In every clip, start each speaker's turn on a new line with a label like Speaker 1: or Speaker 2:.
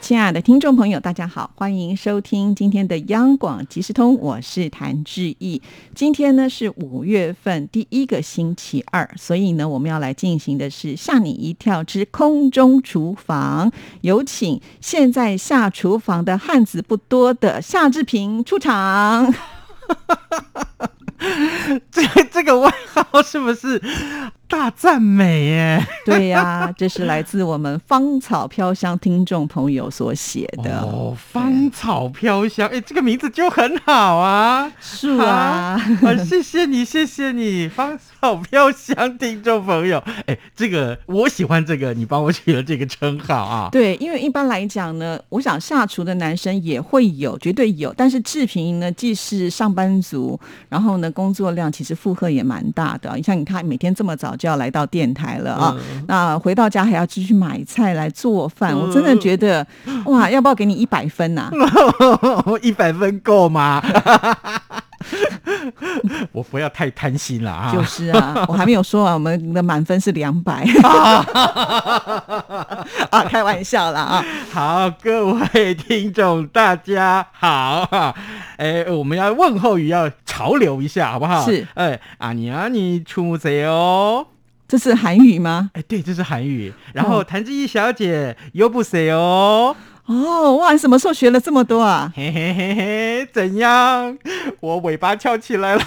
Speaker 1: 亲爱的听众朋友，大家好，欢迎收听今天的央广即时通，我是谭志毅。今天呢是五月份第一个星期二，所以呢我们要来进行的是吓你一跳之空中厨房，有请现在下厨房的汉子不多的夏志平出场。
Speaker 2: 这这个外号是不是大赞美耶？
Speaker 1: 对呀、这是来自我们芳草飘香听众朋友所写的。
Speaker 2: 哦，芳草飘香，哎，这个名字就很好啊！
Speaker 1: 树啊，
Speaker 2: 啊，谢谢你，谢谢你，芳草飘香，听众朋友，哎，这个我喜欢这个，你帮我取了这个称 号啊。
Speaker 1: 对，因为一般来讲呢，我想下厨的男生也会有，绝对有。但是志平呢，既是上班族，然后呢，工作量其实负荷也蛮大的。像你看，每天这么早就要来到电台了啊，那回到家还要继续买菜来做饭，我真的觉得，哇，要不要给你一百分啊呐、
Speaker 2: 一百分够吗？ 我不要太贪心了啊！
Speaker 1: 就是啊，我还没有说完，我们的满分是两百 啊，开玩笑啦啊。
Speaker 2: 好，各位听众，大家好 哈！哎，我们要问候语要潮流一下，好不好？
Speaker 1: 是，
Speaker 2: 哎，阿尼阿尼出贼哦。
Speaker 1: 这是韩语吗？
Speaker 2: 哎，对，这是韩语。然后谭志毅小姐又不谁哦，
Speaker 1: 哦，哇，你什么时候学了这么多啊？
Speaker 2: 嘿嘿嘿嘿，怎样？我尾巴翘起来了。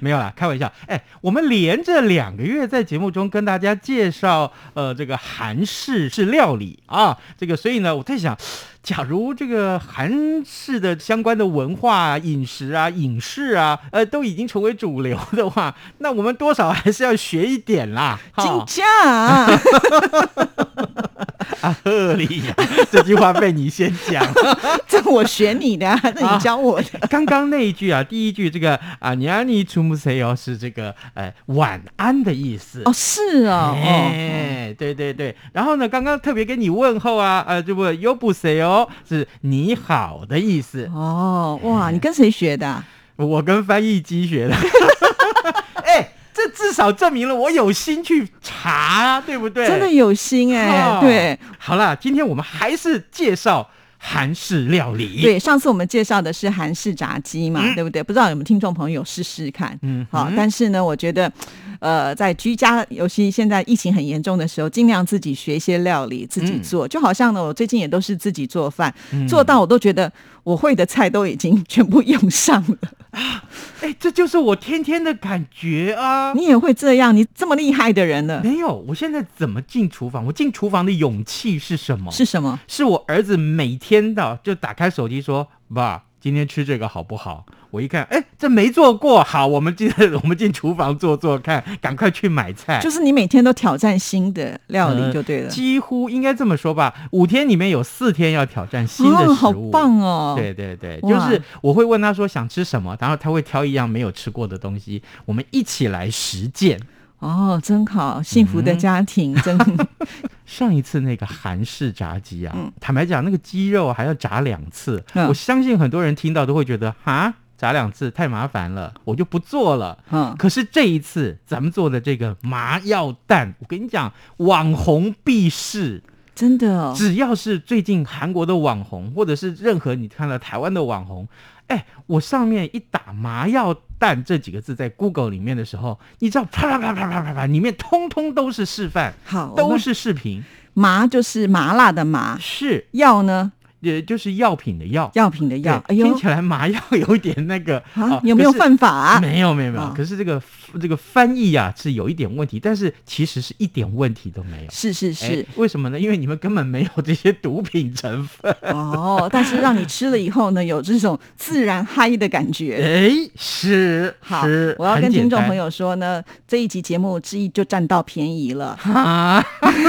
Speaker 2: 没有啦，开玩笑。哎，我们连着两个月在节目中跟大家介绍，呃，这个韩式是料理啊，这个，所以呢，我在想，假如这个韩式的相关的文化、饮食啊、影视啊，呃，都已经成为主流的话，那我们多少还是要学一点啦。哈
Speaker 1: 金价、啊，
Speaker 2: 啊，鹤立呀，这句话被你先讲。
Speaker 1: 这我学你的、啊，那你教我的。
Speaker 2: 刚刚那一句啊，第一句这个啊，你啊你出木谁哦，是这个呃晚安的意思。
Speaker 1: 哦，是哦，哦，
Speaker 2: 哎，对对对，然后呢，刚刚特别给你问候啊，呃，这不优不谁哦，是你好的意思。
Speaker 1: 哦，哇，你跟谁学的啊、
Speaker 2: 我跟翻译机 学的，哎，这至少证明了我有心去查，对不对？
Speaker 1: 真的有心哎、
Speaker 2: 哦
Speaker 1: 对。
Speaker 2: 好啦，今天我们还是介绍韩式料理。
Speaker 1: 对，上次我们介绍的是韩式炸鸡嘛，对不对？不知道有没有听众朋友试试看。
Speaker 2: 嗯
Speaker 1: 好，但是呢，我觉得，呃，在居家，尤其现在疫情很严重的时候，尽量自己学一些料理，自己做。就好像呢，我最近也都是自己做饭，做到我都觉得我会的菜都已经全部用上了。
Speaker 2: 哎，这就是我天天的感觉啊。
Speaker 1: 你也会这样，你这么厉害的人了，
Speaker 2: 没有，我现在怎么进厨房？我进厨房的勇气是什么？
Speaker 1: 是什么？
Speaker 2: 是我儿子每天的就打开手机说：“爸，今天吃这个好不好？”我一看，哎，这没做过，好，我们进 我们进厨房做做看，赶快去买菜。
Speaker 1: 就是你每天都挑战新的料理就对了。
Speaker 2: 呃 几乎应该这么说吧，五天里面有四天要挑战新的食物，
Speaker 1: 哦，好棒哦！
Speaker 2: 对对对，就
Speaker 1: 哇
Speaker 2: 是我会问他说想吃什么，然后他会挑一样没有吃过的东西，我们一起来实践。
Speaker 1: 哦，真好，幸福的家庭，真
Speaker 2: 上一次那个韩式炸鸡啊，坦白讲，那个鸡肉还要炸两次，
Speaker 1: 嗯
Speaker 2: 我相信很多人听到都会觉得哈，炸两次太麻烦了，我就不做了。
Speaker 1: 嗯，
Speaker 2: 可是这一次咱们做的这个麻药蛋，我跟你讲，网红必试。
Speaker 1: 真的哦，
Speaker 2: 只要是最近韩国的网红，或者是任何你看到台湾的网红，哎，我上面一打“麻药蛋”这几个字在 Google 里面的时候，你知道啪啪啪啪啪啪啪，里面通通都是示范，
Speaker 1: 好，我
Speaker 2: 都
Speaker 1: 们
Speaker 2: 是视频，
Speaker 1: 麻就是麻辣的麻，
Speaker 2: 是
Speaker 1: 药呢
Speaker 2: 也就是药品的药。
Speaker 1: 药品的药，哎
Speaker 2: 对听
Speaker 1: 呦
Speaker 2: 起来麻药有一点那个哦
Speaker 1: 啊，有没有？
Speaker 2: 可是
Speaker 1: 犯法啊？
Speaker 2: 没有没有没有
Speaker 1: 啊，
Speaker 2: 可是这个这个翻译啊是有一点问题，但是其实是一点问题都没有。
Speaker 1: 是是是
Speaker 2: 哎，为什么呢？因为你们根本没有这些毒品 成分。
Speaker 1: 哦，但是让你吃了以后呢，有这种自然嗨的感觉。
Speaker 2: 哎，是
Speaker 1: 好
Speaker 2: 是，，
Speaker 1: 我要
Speaker 2: 很
Speaker 1: 跟
Speaker 2: 简
Speaker 1: 听众
Speaker 2: 单
Speaker 1: 朋友说呢，这一集节目志毅就占到便宜 了。
Speaker 2: 啊，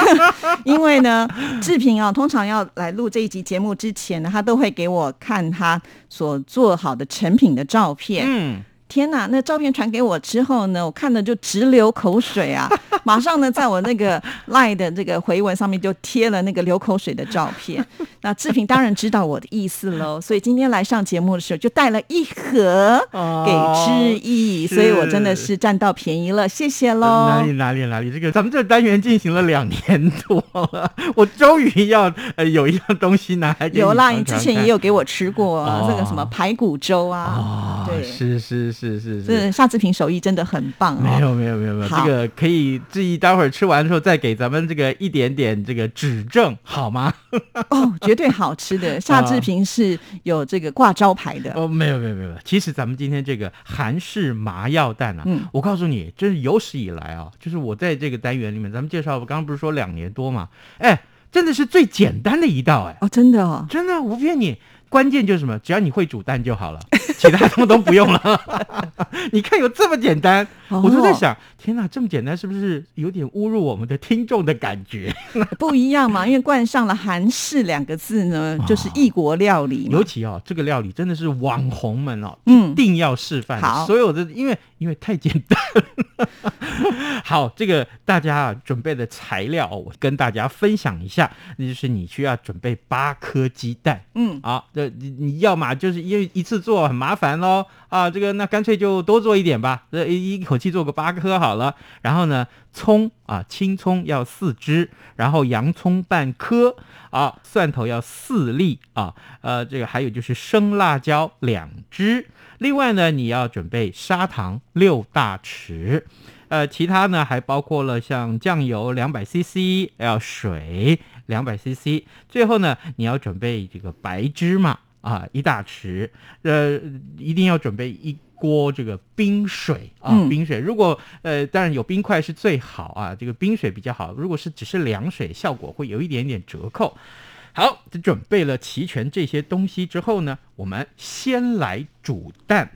Speaker 1: 因为呢，志平啊，通常要来录这一集节目之前呢，他都会给我看他所做好的成品的照片。
Speaker 2: 嗯，
Speaker 1: 天哪！那照片传给我之后呢，我看了就直流口水 啊！马上呢，在我那个 Line 的这个回文上面就贴了那个流口水的照片。那志平当然知道我的意思喽，所以今天来上节目的时候就带了一盒
Speaker 2: 哦
Speaker 1: 给志毅，
Speaker 2: 是呃
Speaker 1: 所以我真的是占到便宜了，谢谢
Speaker 2: 哪
Speaker 1: 喽
Speaker 2: 里。哪里哪里，这个咱们这单元进行了两年多了，我终于要呃有一样东西拿来给
Speaker 1: 有啦，
Speaker 2: 你
Speaker 1: 你之
Speaker 2: 尝尝
Speaker 1: 前
Speaker 2: 看
Speaker 1: 也有给我吃过啊
Speaker 2: 哦
Speaker 1: 这个什么排骨粥啊，
Speaker 2: 啊，
Speaker 1: 对，
Speaker 2: 是是是是是。
Speaker 1: 这夏志平手艺真的很棒
Speaker 2: 没
Speaker 1: 哦。
Speaker 2: 有没有没有没有，这
Speaker 1: 好
Speaker 2: 个可以质疑，待会儿吃完之后再给咱们这个一点点这个指正 好吗？
Speaker 1: 哦，绝对好吃 的。夏志平是有这个挂招牌的，
Speaker 2: 啊哦，没有没有没有，其实咱们今天这个韩式麻药蛋啊，
Speaker 1: 嗯
Speaker 2: 我告诉你，这是有史以来啊，就是我在这个单元里面，咱们介绍，我刚刚不是说两年多嘛，哎，真的是最简单的一道哎，
Speaker 1: 哦，真的哦，
Speaker 2: 真的我不骗你，关键就是什么，只要你会煮蛋就 好了，其他他们都不用了。 你看有这么简单，
Speaker 1: 哦
Speaker 2: 我就在想，天哪，这么简单是不是有点侮辱我们的听众的感觉？
Speaker 1: 不一样嘛，因为冠上了韩式两个字呢，就是异国料理嘛
Speaker 2: 尤。其哦，这个料理真的是网红们哦，
Speaker 1: 嗯
Speaker 2: 一定要示范。
Speaker 1: 好
Speaker 2: 所有的因为因为太简单了。 好，这个大家啊准备的材料哦，我跟大家分享一下，那就是你需要准备八颗鸡蛋。
Speaker 1: 嗯，
Speaker 2: 啊，这你你要嘛就是因为一次做很麻烦喽啊，这个那干脆就多做一点吧，这一一口气做个八颗好了。然后呢，葱啊，青葱要四只，然后洋葱半颗啊，蒜头要四粒啊，呃，这个还有就是生辣椒两只。另外呢，你要准备砂糖六大匙，呃，其他呢还包括了像酱油两百 CC，还有水两百 CC。最后呢，你要准备这个白芝麻啊，一大匙，呃，一定要准备一。锅这个冰水啊，
Speaker 1: 嗯
Speaker 2: 冰水，如果呃，当然有冰块是最好啊，这个冰水比较好。如果是只是凉水，效果会有一点点折扣。好，这准备了齐全这些东西之后呢，我们先来煮蛋。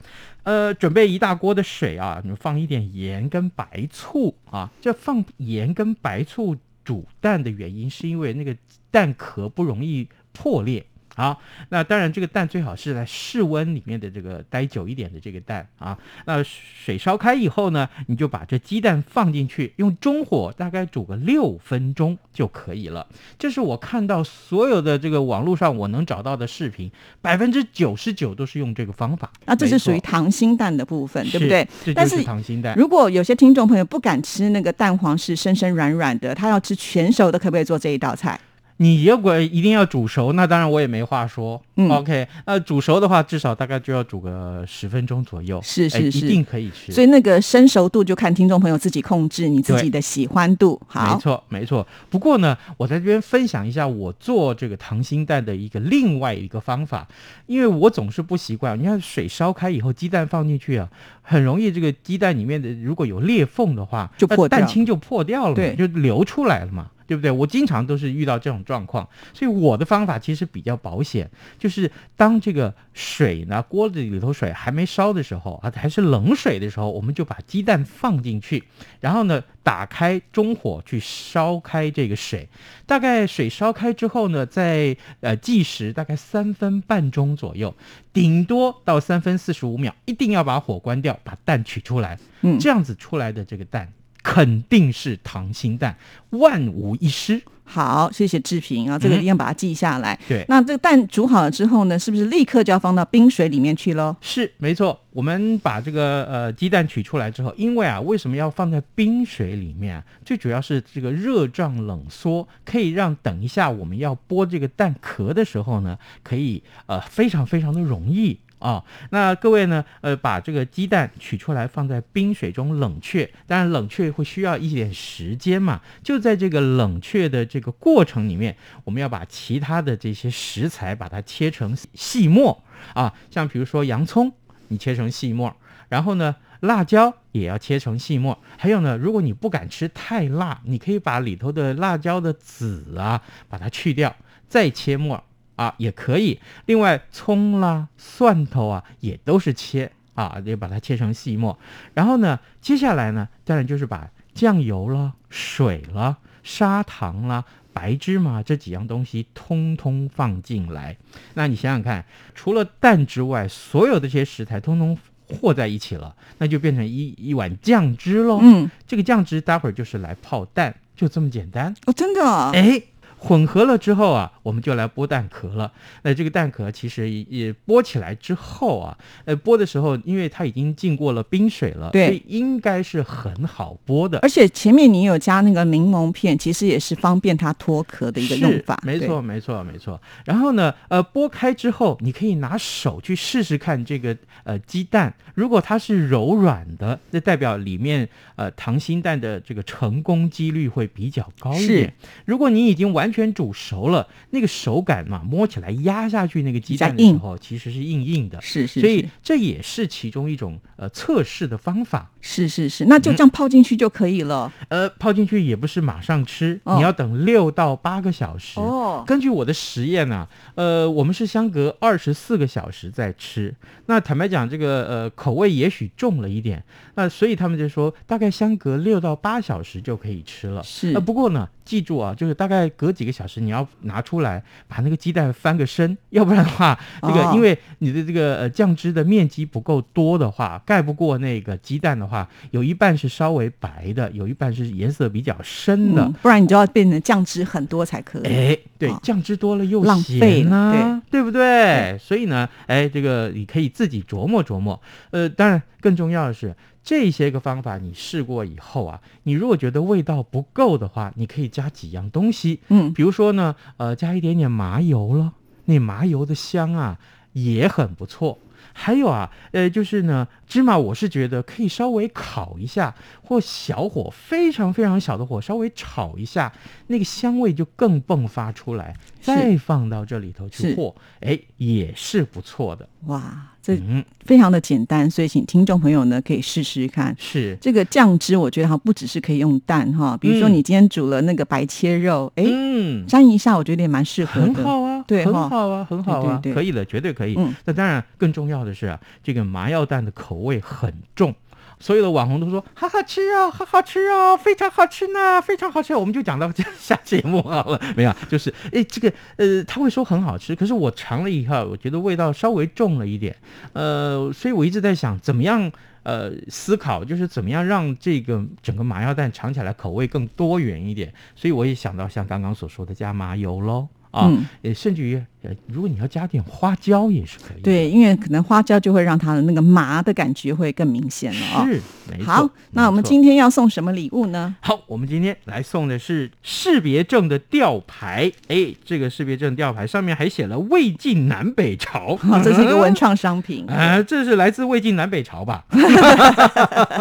Speaker 2: 呃，准备一大锅的水啊，你们放一点盐跟白醋啊。这放盐跟白醋煮蛋的原因，是因为那个蛋壳不容易破裂。啊。那当然这个蛋最好是在室温里面的这个待久一点的这个蛋啊。那水烧开以后呢，你就把这鸡蛋放进去，用中火大概煮个六分钟就可以了。这是我看到所有的这个网络上我能找到的视频，百分之九十九都是用这个方法。
Speaker 1: 那这是属
Speaker 2: 没
Speaker 1: 于
Speaker 2: 错
Speaker 1: 溏心蛋的部分，对不对？
Speaker 2: 是这
Speaker 1: 但
Speaker 2: 就是是溏心蛋。
Speaker 1: 如果有些听众朋友不敢吃那个蛋黄是生生软软的，他要吃全熟的，可不可以做这一道菜？
Speaker 2: 你如果一定要煮熟，那当然我也没话说。
Speaker 1: 嗯
Speaker 2: OK，那煮熟的话，至少大概就要煮个十分钟左右，
Speaker 1: 是是
Speaker 2: 哎
Speaker 1: 是
Speaker 2: 一定可以吃。
Speaker 1: 所以那个生熟度就看听众朋友自己控制，你自己
Speaker 2: 对
Speaker 1: 的喜欢度。
Speaker 2: 没
Speaker 1: 好，
Speaker 2: 错，没错。不过呢，我在这边分享一下我做这个溏心蛋的一个另外一个方法，因为我总是不习惯。你看水烧开以后，鸡蛋放进去啊，很容易这个鸡蛋里面的如果有裂缝的话，
Speaker 1: 就破
Speaker 2: 那蛋
Speaker 1: 掉
Speaker 2: 清就破掉了嘛，
Speaker 1: 对
Speaker 2: 就流出来了嘛。对不对？我经常都是遇到这种状况，所以我的方法其实比较保险，就是当这个水呢，锅子里头水还没烧的时候啊，还是冷水的时候，我们就把鸡蛋放进去，然后呢，打开中火去烧开这个水，大概水烧开之后呢，在呃计时大概三分半钟左右，顶多到三分四十五秒，一定要把火关掉，把蛋取出来。
Speaker 1: 嗯
Speaker 2: 这样子出来的这个蛋肯定是溏心蛋，万无一失。
Speaker 1: 好，谢谢志平
Speaker 2: 嗯
Speaker 1: 啊，这个一定要把它记下来。
Speaker 2: 对
Speaker 1: 那这个蛋煮好了之后呢，是不是立刻就要放到冰水里面去喽？
Speaker 2: 是没错，我们把这个呃鸡蛋取出来之后，因为啊，为什么要放在冰水里面啊？最主要是这个热胀冷缩，可以让等一下我们要剥这个蛋壳的时候呢，可以呃非常非常的容易啊、那各位呢，呃，把这个鸡蛋取出来放在冰水中冷却，当然冷却会需要一点时间嘛。就在这个冷却的这个过程里面，我们要把其他的这些食材把它切成细末啊，像比如说洋葱，你切成细末，然后呢，辣椒也要切成细末。还有呢，如果你不敢吃太辣，你可以把里头的辣椒的籽啊，把它去掉，再切末啊，也可以。另外，葱啦、蒜头啊，也都是切啊，也把它切成细末。然后呢，接下来呢，当然就是把酱油啦、水啦、砂糖啦。白芝麻这几样东西通通放进来，那你想想看，除了蛋之外，所有的这些食材通通和在一起了，那就变成一一碗酱汁喽。
Speaker 1: 嗯，
Speaker 2: 这个酱汁待会儿就是来泡蛋，就这么简单。
Speaker 1: 哦，真的、哦，
Speaker 2: 哎，混合了之后啊，我们就来剥蛋壳了。那这个蛋壳其实也也剥起来之后啊，呃，剥的时候因为它已经浸过了冰水了，
Speaker 1: 对
Speaker 2: 所以应该是很好剥的。
Speaker 1: 而且前面你有加那个柠檬片，其实也是方便它脱壳的一个用法。
Speaker 2: 是没错，没错，没错。然后呢，呃，剥开之后，你可以拿手去试试看这个呃鸡蛋，如果它是柔软的，那代表里面呃溏心蛋的这个成功几率会比较高一点。如果你已经完全煮熟了，那个手感嘛，摸起来压下去那个鸡蛋
Speaker 1: 比
Speaker 2: 的
Speaker 1: 较硬
Speaker 2: 时候，其实是硬硬的
Speaker 1: 对，。是是，
Speaker 2: 所以这也是其中一种呃测试的方法。
Speaker 1: 是是是是，那
Speaker 2: 嗯
Speaker 1: 就这样泡进去就可以了。
Speaker 2: 呃，泡进去也不是马上吃，
Speaker 1: 哦
Speaker 2: 你要等六到八个小时。
Speaker 1: 哦
Speaker 2: 根据我的实验呢、呃，我们是相隔二十四个小时再吃。那坦白讲，这个呃口味也许重了一点，那所以他们就说大概相隔六到八小时就可以吃了。
Speaker 1: 是
Speaker 2: 呃，不过呢，记住啊，就是大概隔几个小时你要拿出来，把那个鸡蛋翻个身， 要不然的话，这个、
Speaker 1: 哦
Speaker 2: 因为你的这个呃酱汁的面积不够多的话，盖不过那个鸡蛋的话，有一半是稍微白的，有一半是颜色比较深的。
Speaker 1: 嗯，不然你就要变成酱汁很多才可以。
Speaker 2: 哎，对
Speaker 1: 哦，
Speaker 2: 酱汁多了又
Speaker 1: 浪费
Speaker 2: 咸
Speaker 1: 了
Speaker 2: 啊，对不对？所以呢，哎，这个你可以自己琢磨琢磨。呃，当然更重要的是，这些个方法你试过以后啊，你如果觉得味道不够的话，你可以加几样东西，
Speaker 1: 嗯，
Speaker 2: 比如说呢，呃，加一点点麻油了，那麻油的香啊也很不错。还有啊，呃，就是呢，芝麻我是觉得可以稍微烤一下，或小火非常非常小的火稍微炒一下，那个香味就更迸发出来，
Speaker 1: 是
Speaker 2: 再放到这里头
Speaker 1: 是
Speaker 2: 去和，哎，也是不错的。
Speaker 1: 哇，这
Speaker 2: 嗯，
Speaker 1: 非常的简单，所以请听众朋友呢可以试试看。
Speaker 2: 是，
Speaker 1: 这个酱汁，我觉得哈，不只是可以用蛋哈，比如说
Speaker 2: 嗯
Speaker 1: 你今天煮了那个白切肉，哎、
Speaker 2: 嗯，
Speaker 1: 沾一下，我觉得也蛮适合
Speaker 2: 很
Speaker 1: 的。
Speaker 2: 好啊，
Speaker 1: 对
Speaker 2: 很
Speaker 1: 哈
Speaker 2: 好啊，很好啊，
Speaker 1: 对对对
Speaker 2: 可以的，绝对可以。
Speaker 1: 嗯
Speaker 2: 那当然，更重要的是、啊，这个麻药蛋的口味很重。所有的网红都说好好吃哦，好好吃哦，非常好吃呢，非常好吃。我们就讲到这下节目好了，没有啊，就是哎，这个呃，他会说很好吃，可是我尝了以后，我觉得味道稍微重了一点，呃，所以我一直在想怎么样呃思考，就是怎么样让这个整个麻药蛋尝起来口味更多元一点。所以我也想到像刚刚所说的加麻油喽。啊，
Speaker 1: 嗯
Speaker 2: 呃，甚至于，呃，如果你要加点花椒也是可以的。，
Speaker 1: 对，因为可能花椒就会让它的那个麻的感觉会更明显了哦。
Speaker 2: 是，没错。
Speaker 1: 好，那我们
Speaker 2: 没错
Speaker 1: 今天要送什么礼物呢？
Speaker 2: 好，我们今天来送的是识别证的吊牌。哎，这个识别证吊牌上面还写了魏晋南北朝，
Speaker 1: 哦，这是一个文创商品。
Speaker 2: 啊，这是来自魏晋南北朝吧？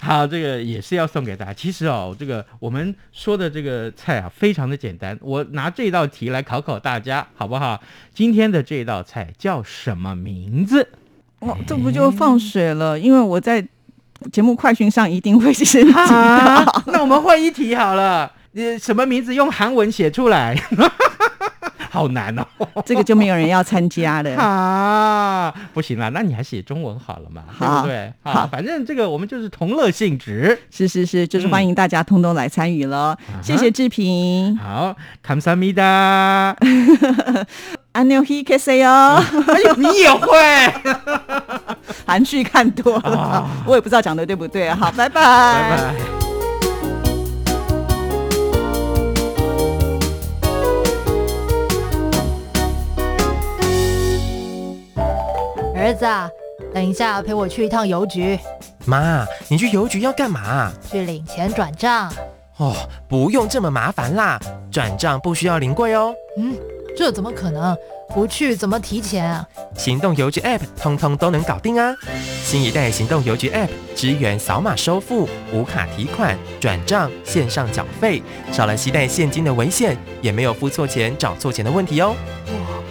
Speaker 2: 好，这个也是要送给大家。其实哦，这个我们说的这个菜啊，非常的简单。我拿这道题来考考大家，好不好？今天的这道菜叫什么名字？
Speaker 1: 哦，这不就放水了？因为我在节目快讯上一定会 先知道。
Speaker 2: 啊，那我们换一题好了。呃，什么名字用韩文写出来？ 好难哦！
Speaker 1: 这个就没有人要参加 了。
Speaker 2: 啊，不行啦，那你还写中文好了嘛，对
Speaker 1: 好
Speaker 2: 不对？
Speaker 1: 好
Speaker 2: 啊，反正这个我们就是同乐性质。
Speaker 1: 是是是，就是欢迎大家通通来参与了。谢谢志平，
Speaker 2: 好，감사합니다。
Speaker 1: 安妞嘿 K C 哦，
Speaker 2: 哎呦，你也会，
Speaker 1: 韩剧看多了，我也不知道讲的对不对。啊好，拜啊拜
Speaker 2: 拜拜。
Speaker 3: 儿子啊，等一下陪我去一趟邮局，
Speaker 4: 妈，你去邮局要干嘛？
Speaker 3: 去领钱转账。
Speaker 4: 哦，不用这么麻烦啦，转账不需要临柜哦。
Speaker 3: 嗯，这怎么可能？不去怎么提钱啊？
Speaker 4: 行动邮局 App 通通都能搞定啊！新一代行动邮局 App 支援扫码收付、无卡提款、转账、线上缴费，少了携带现金的危险，也没有付错钱、找错钱的问题哦。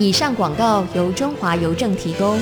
Speaker 5: 以上广告由中华邮政提供。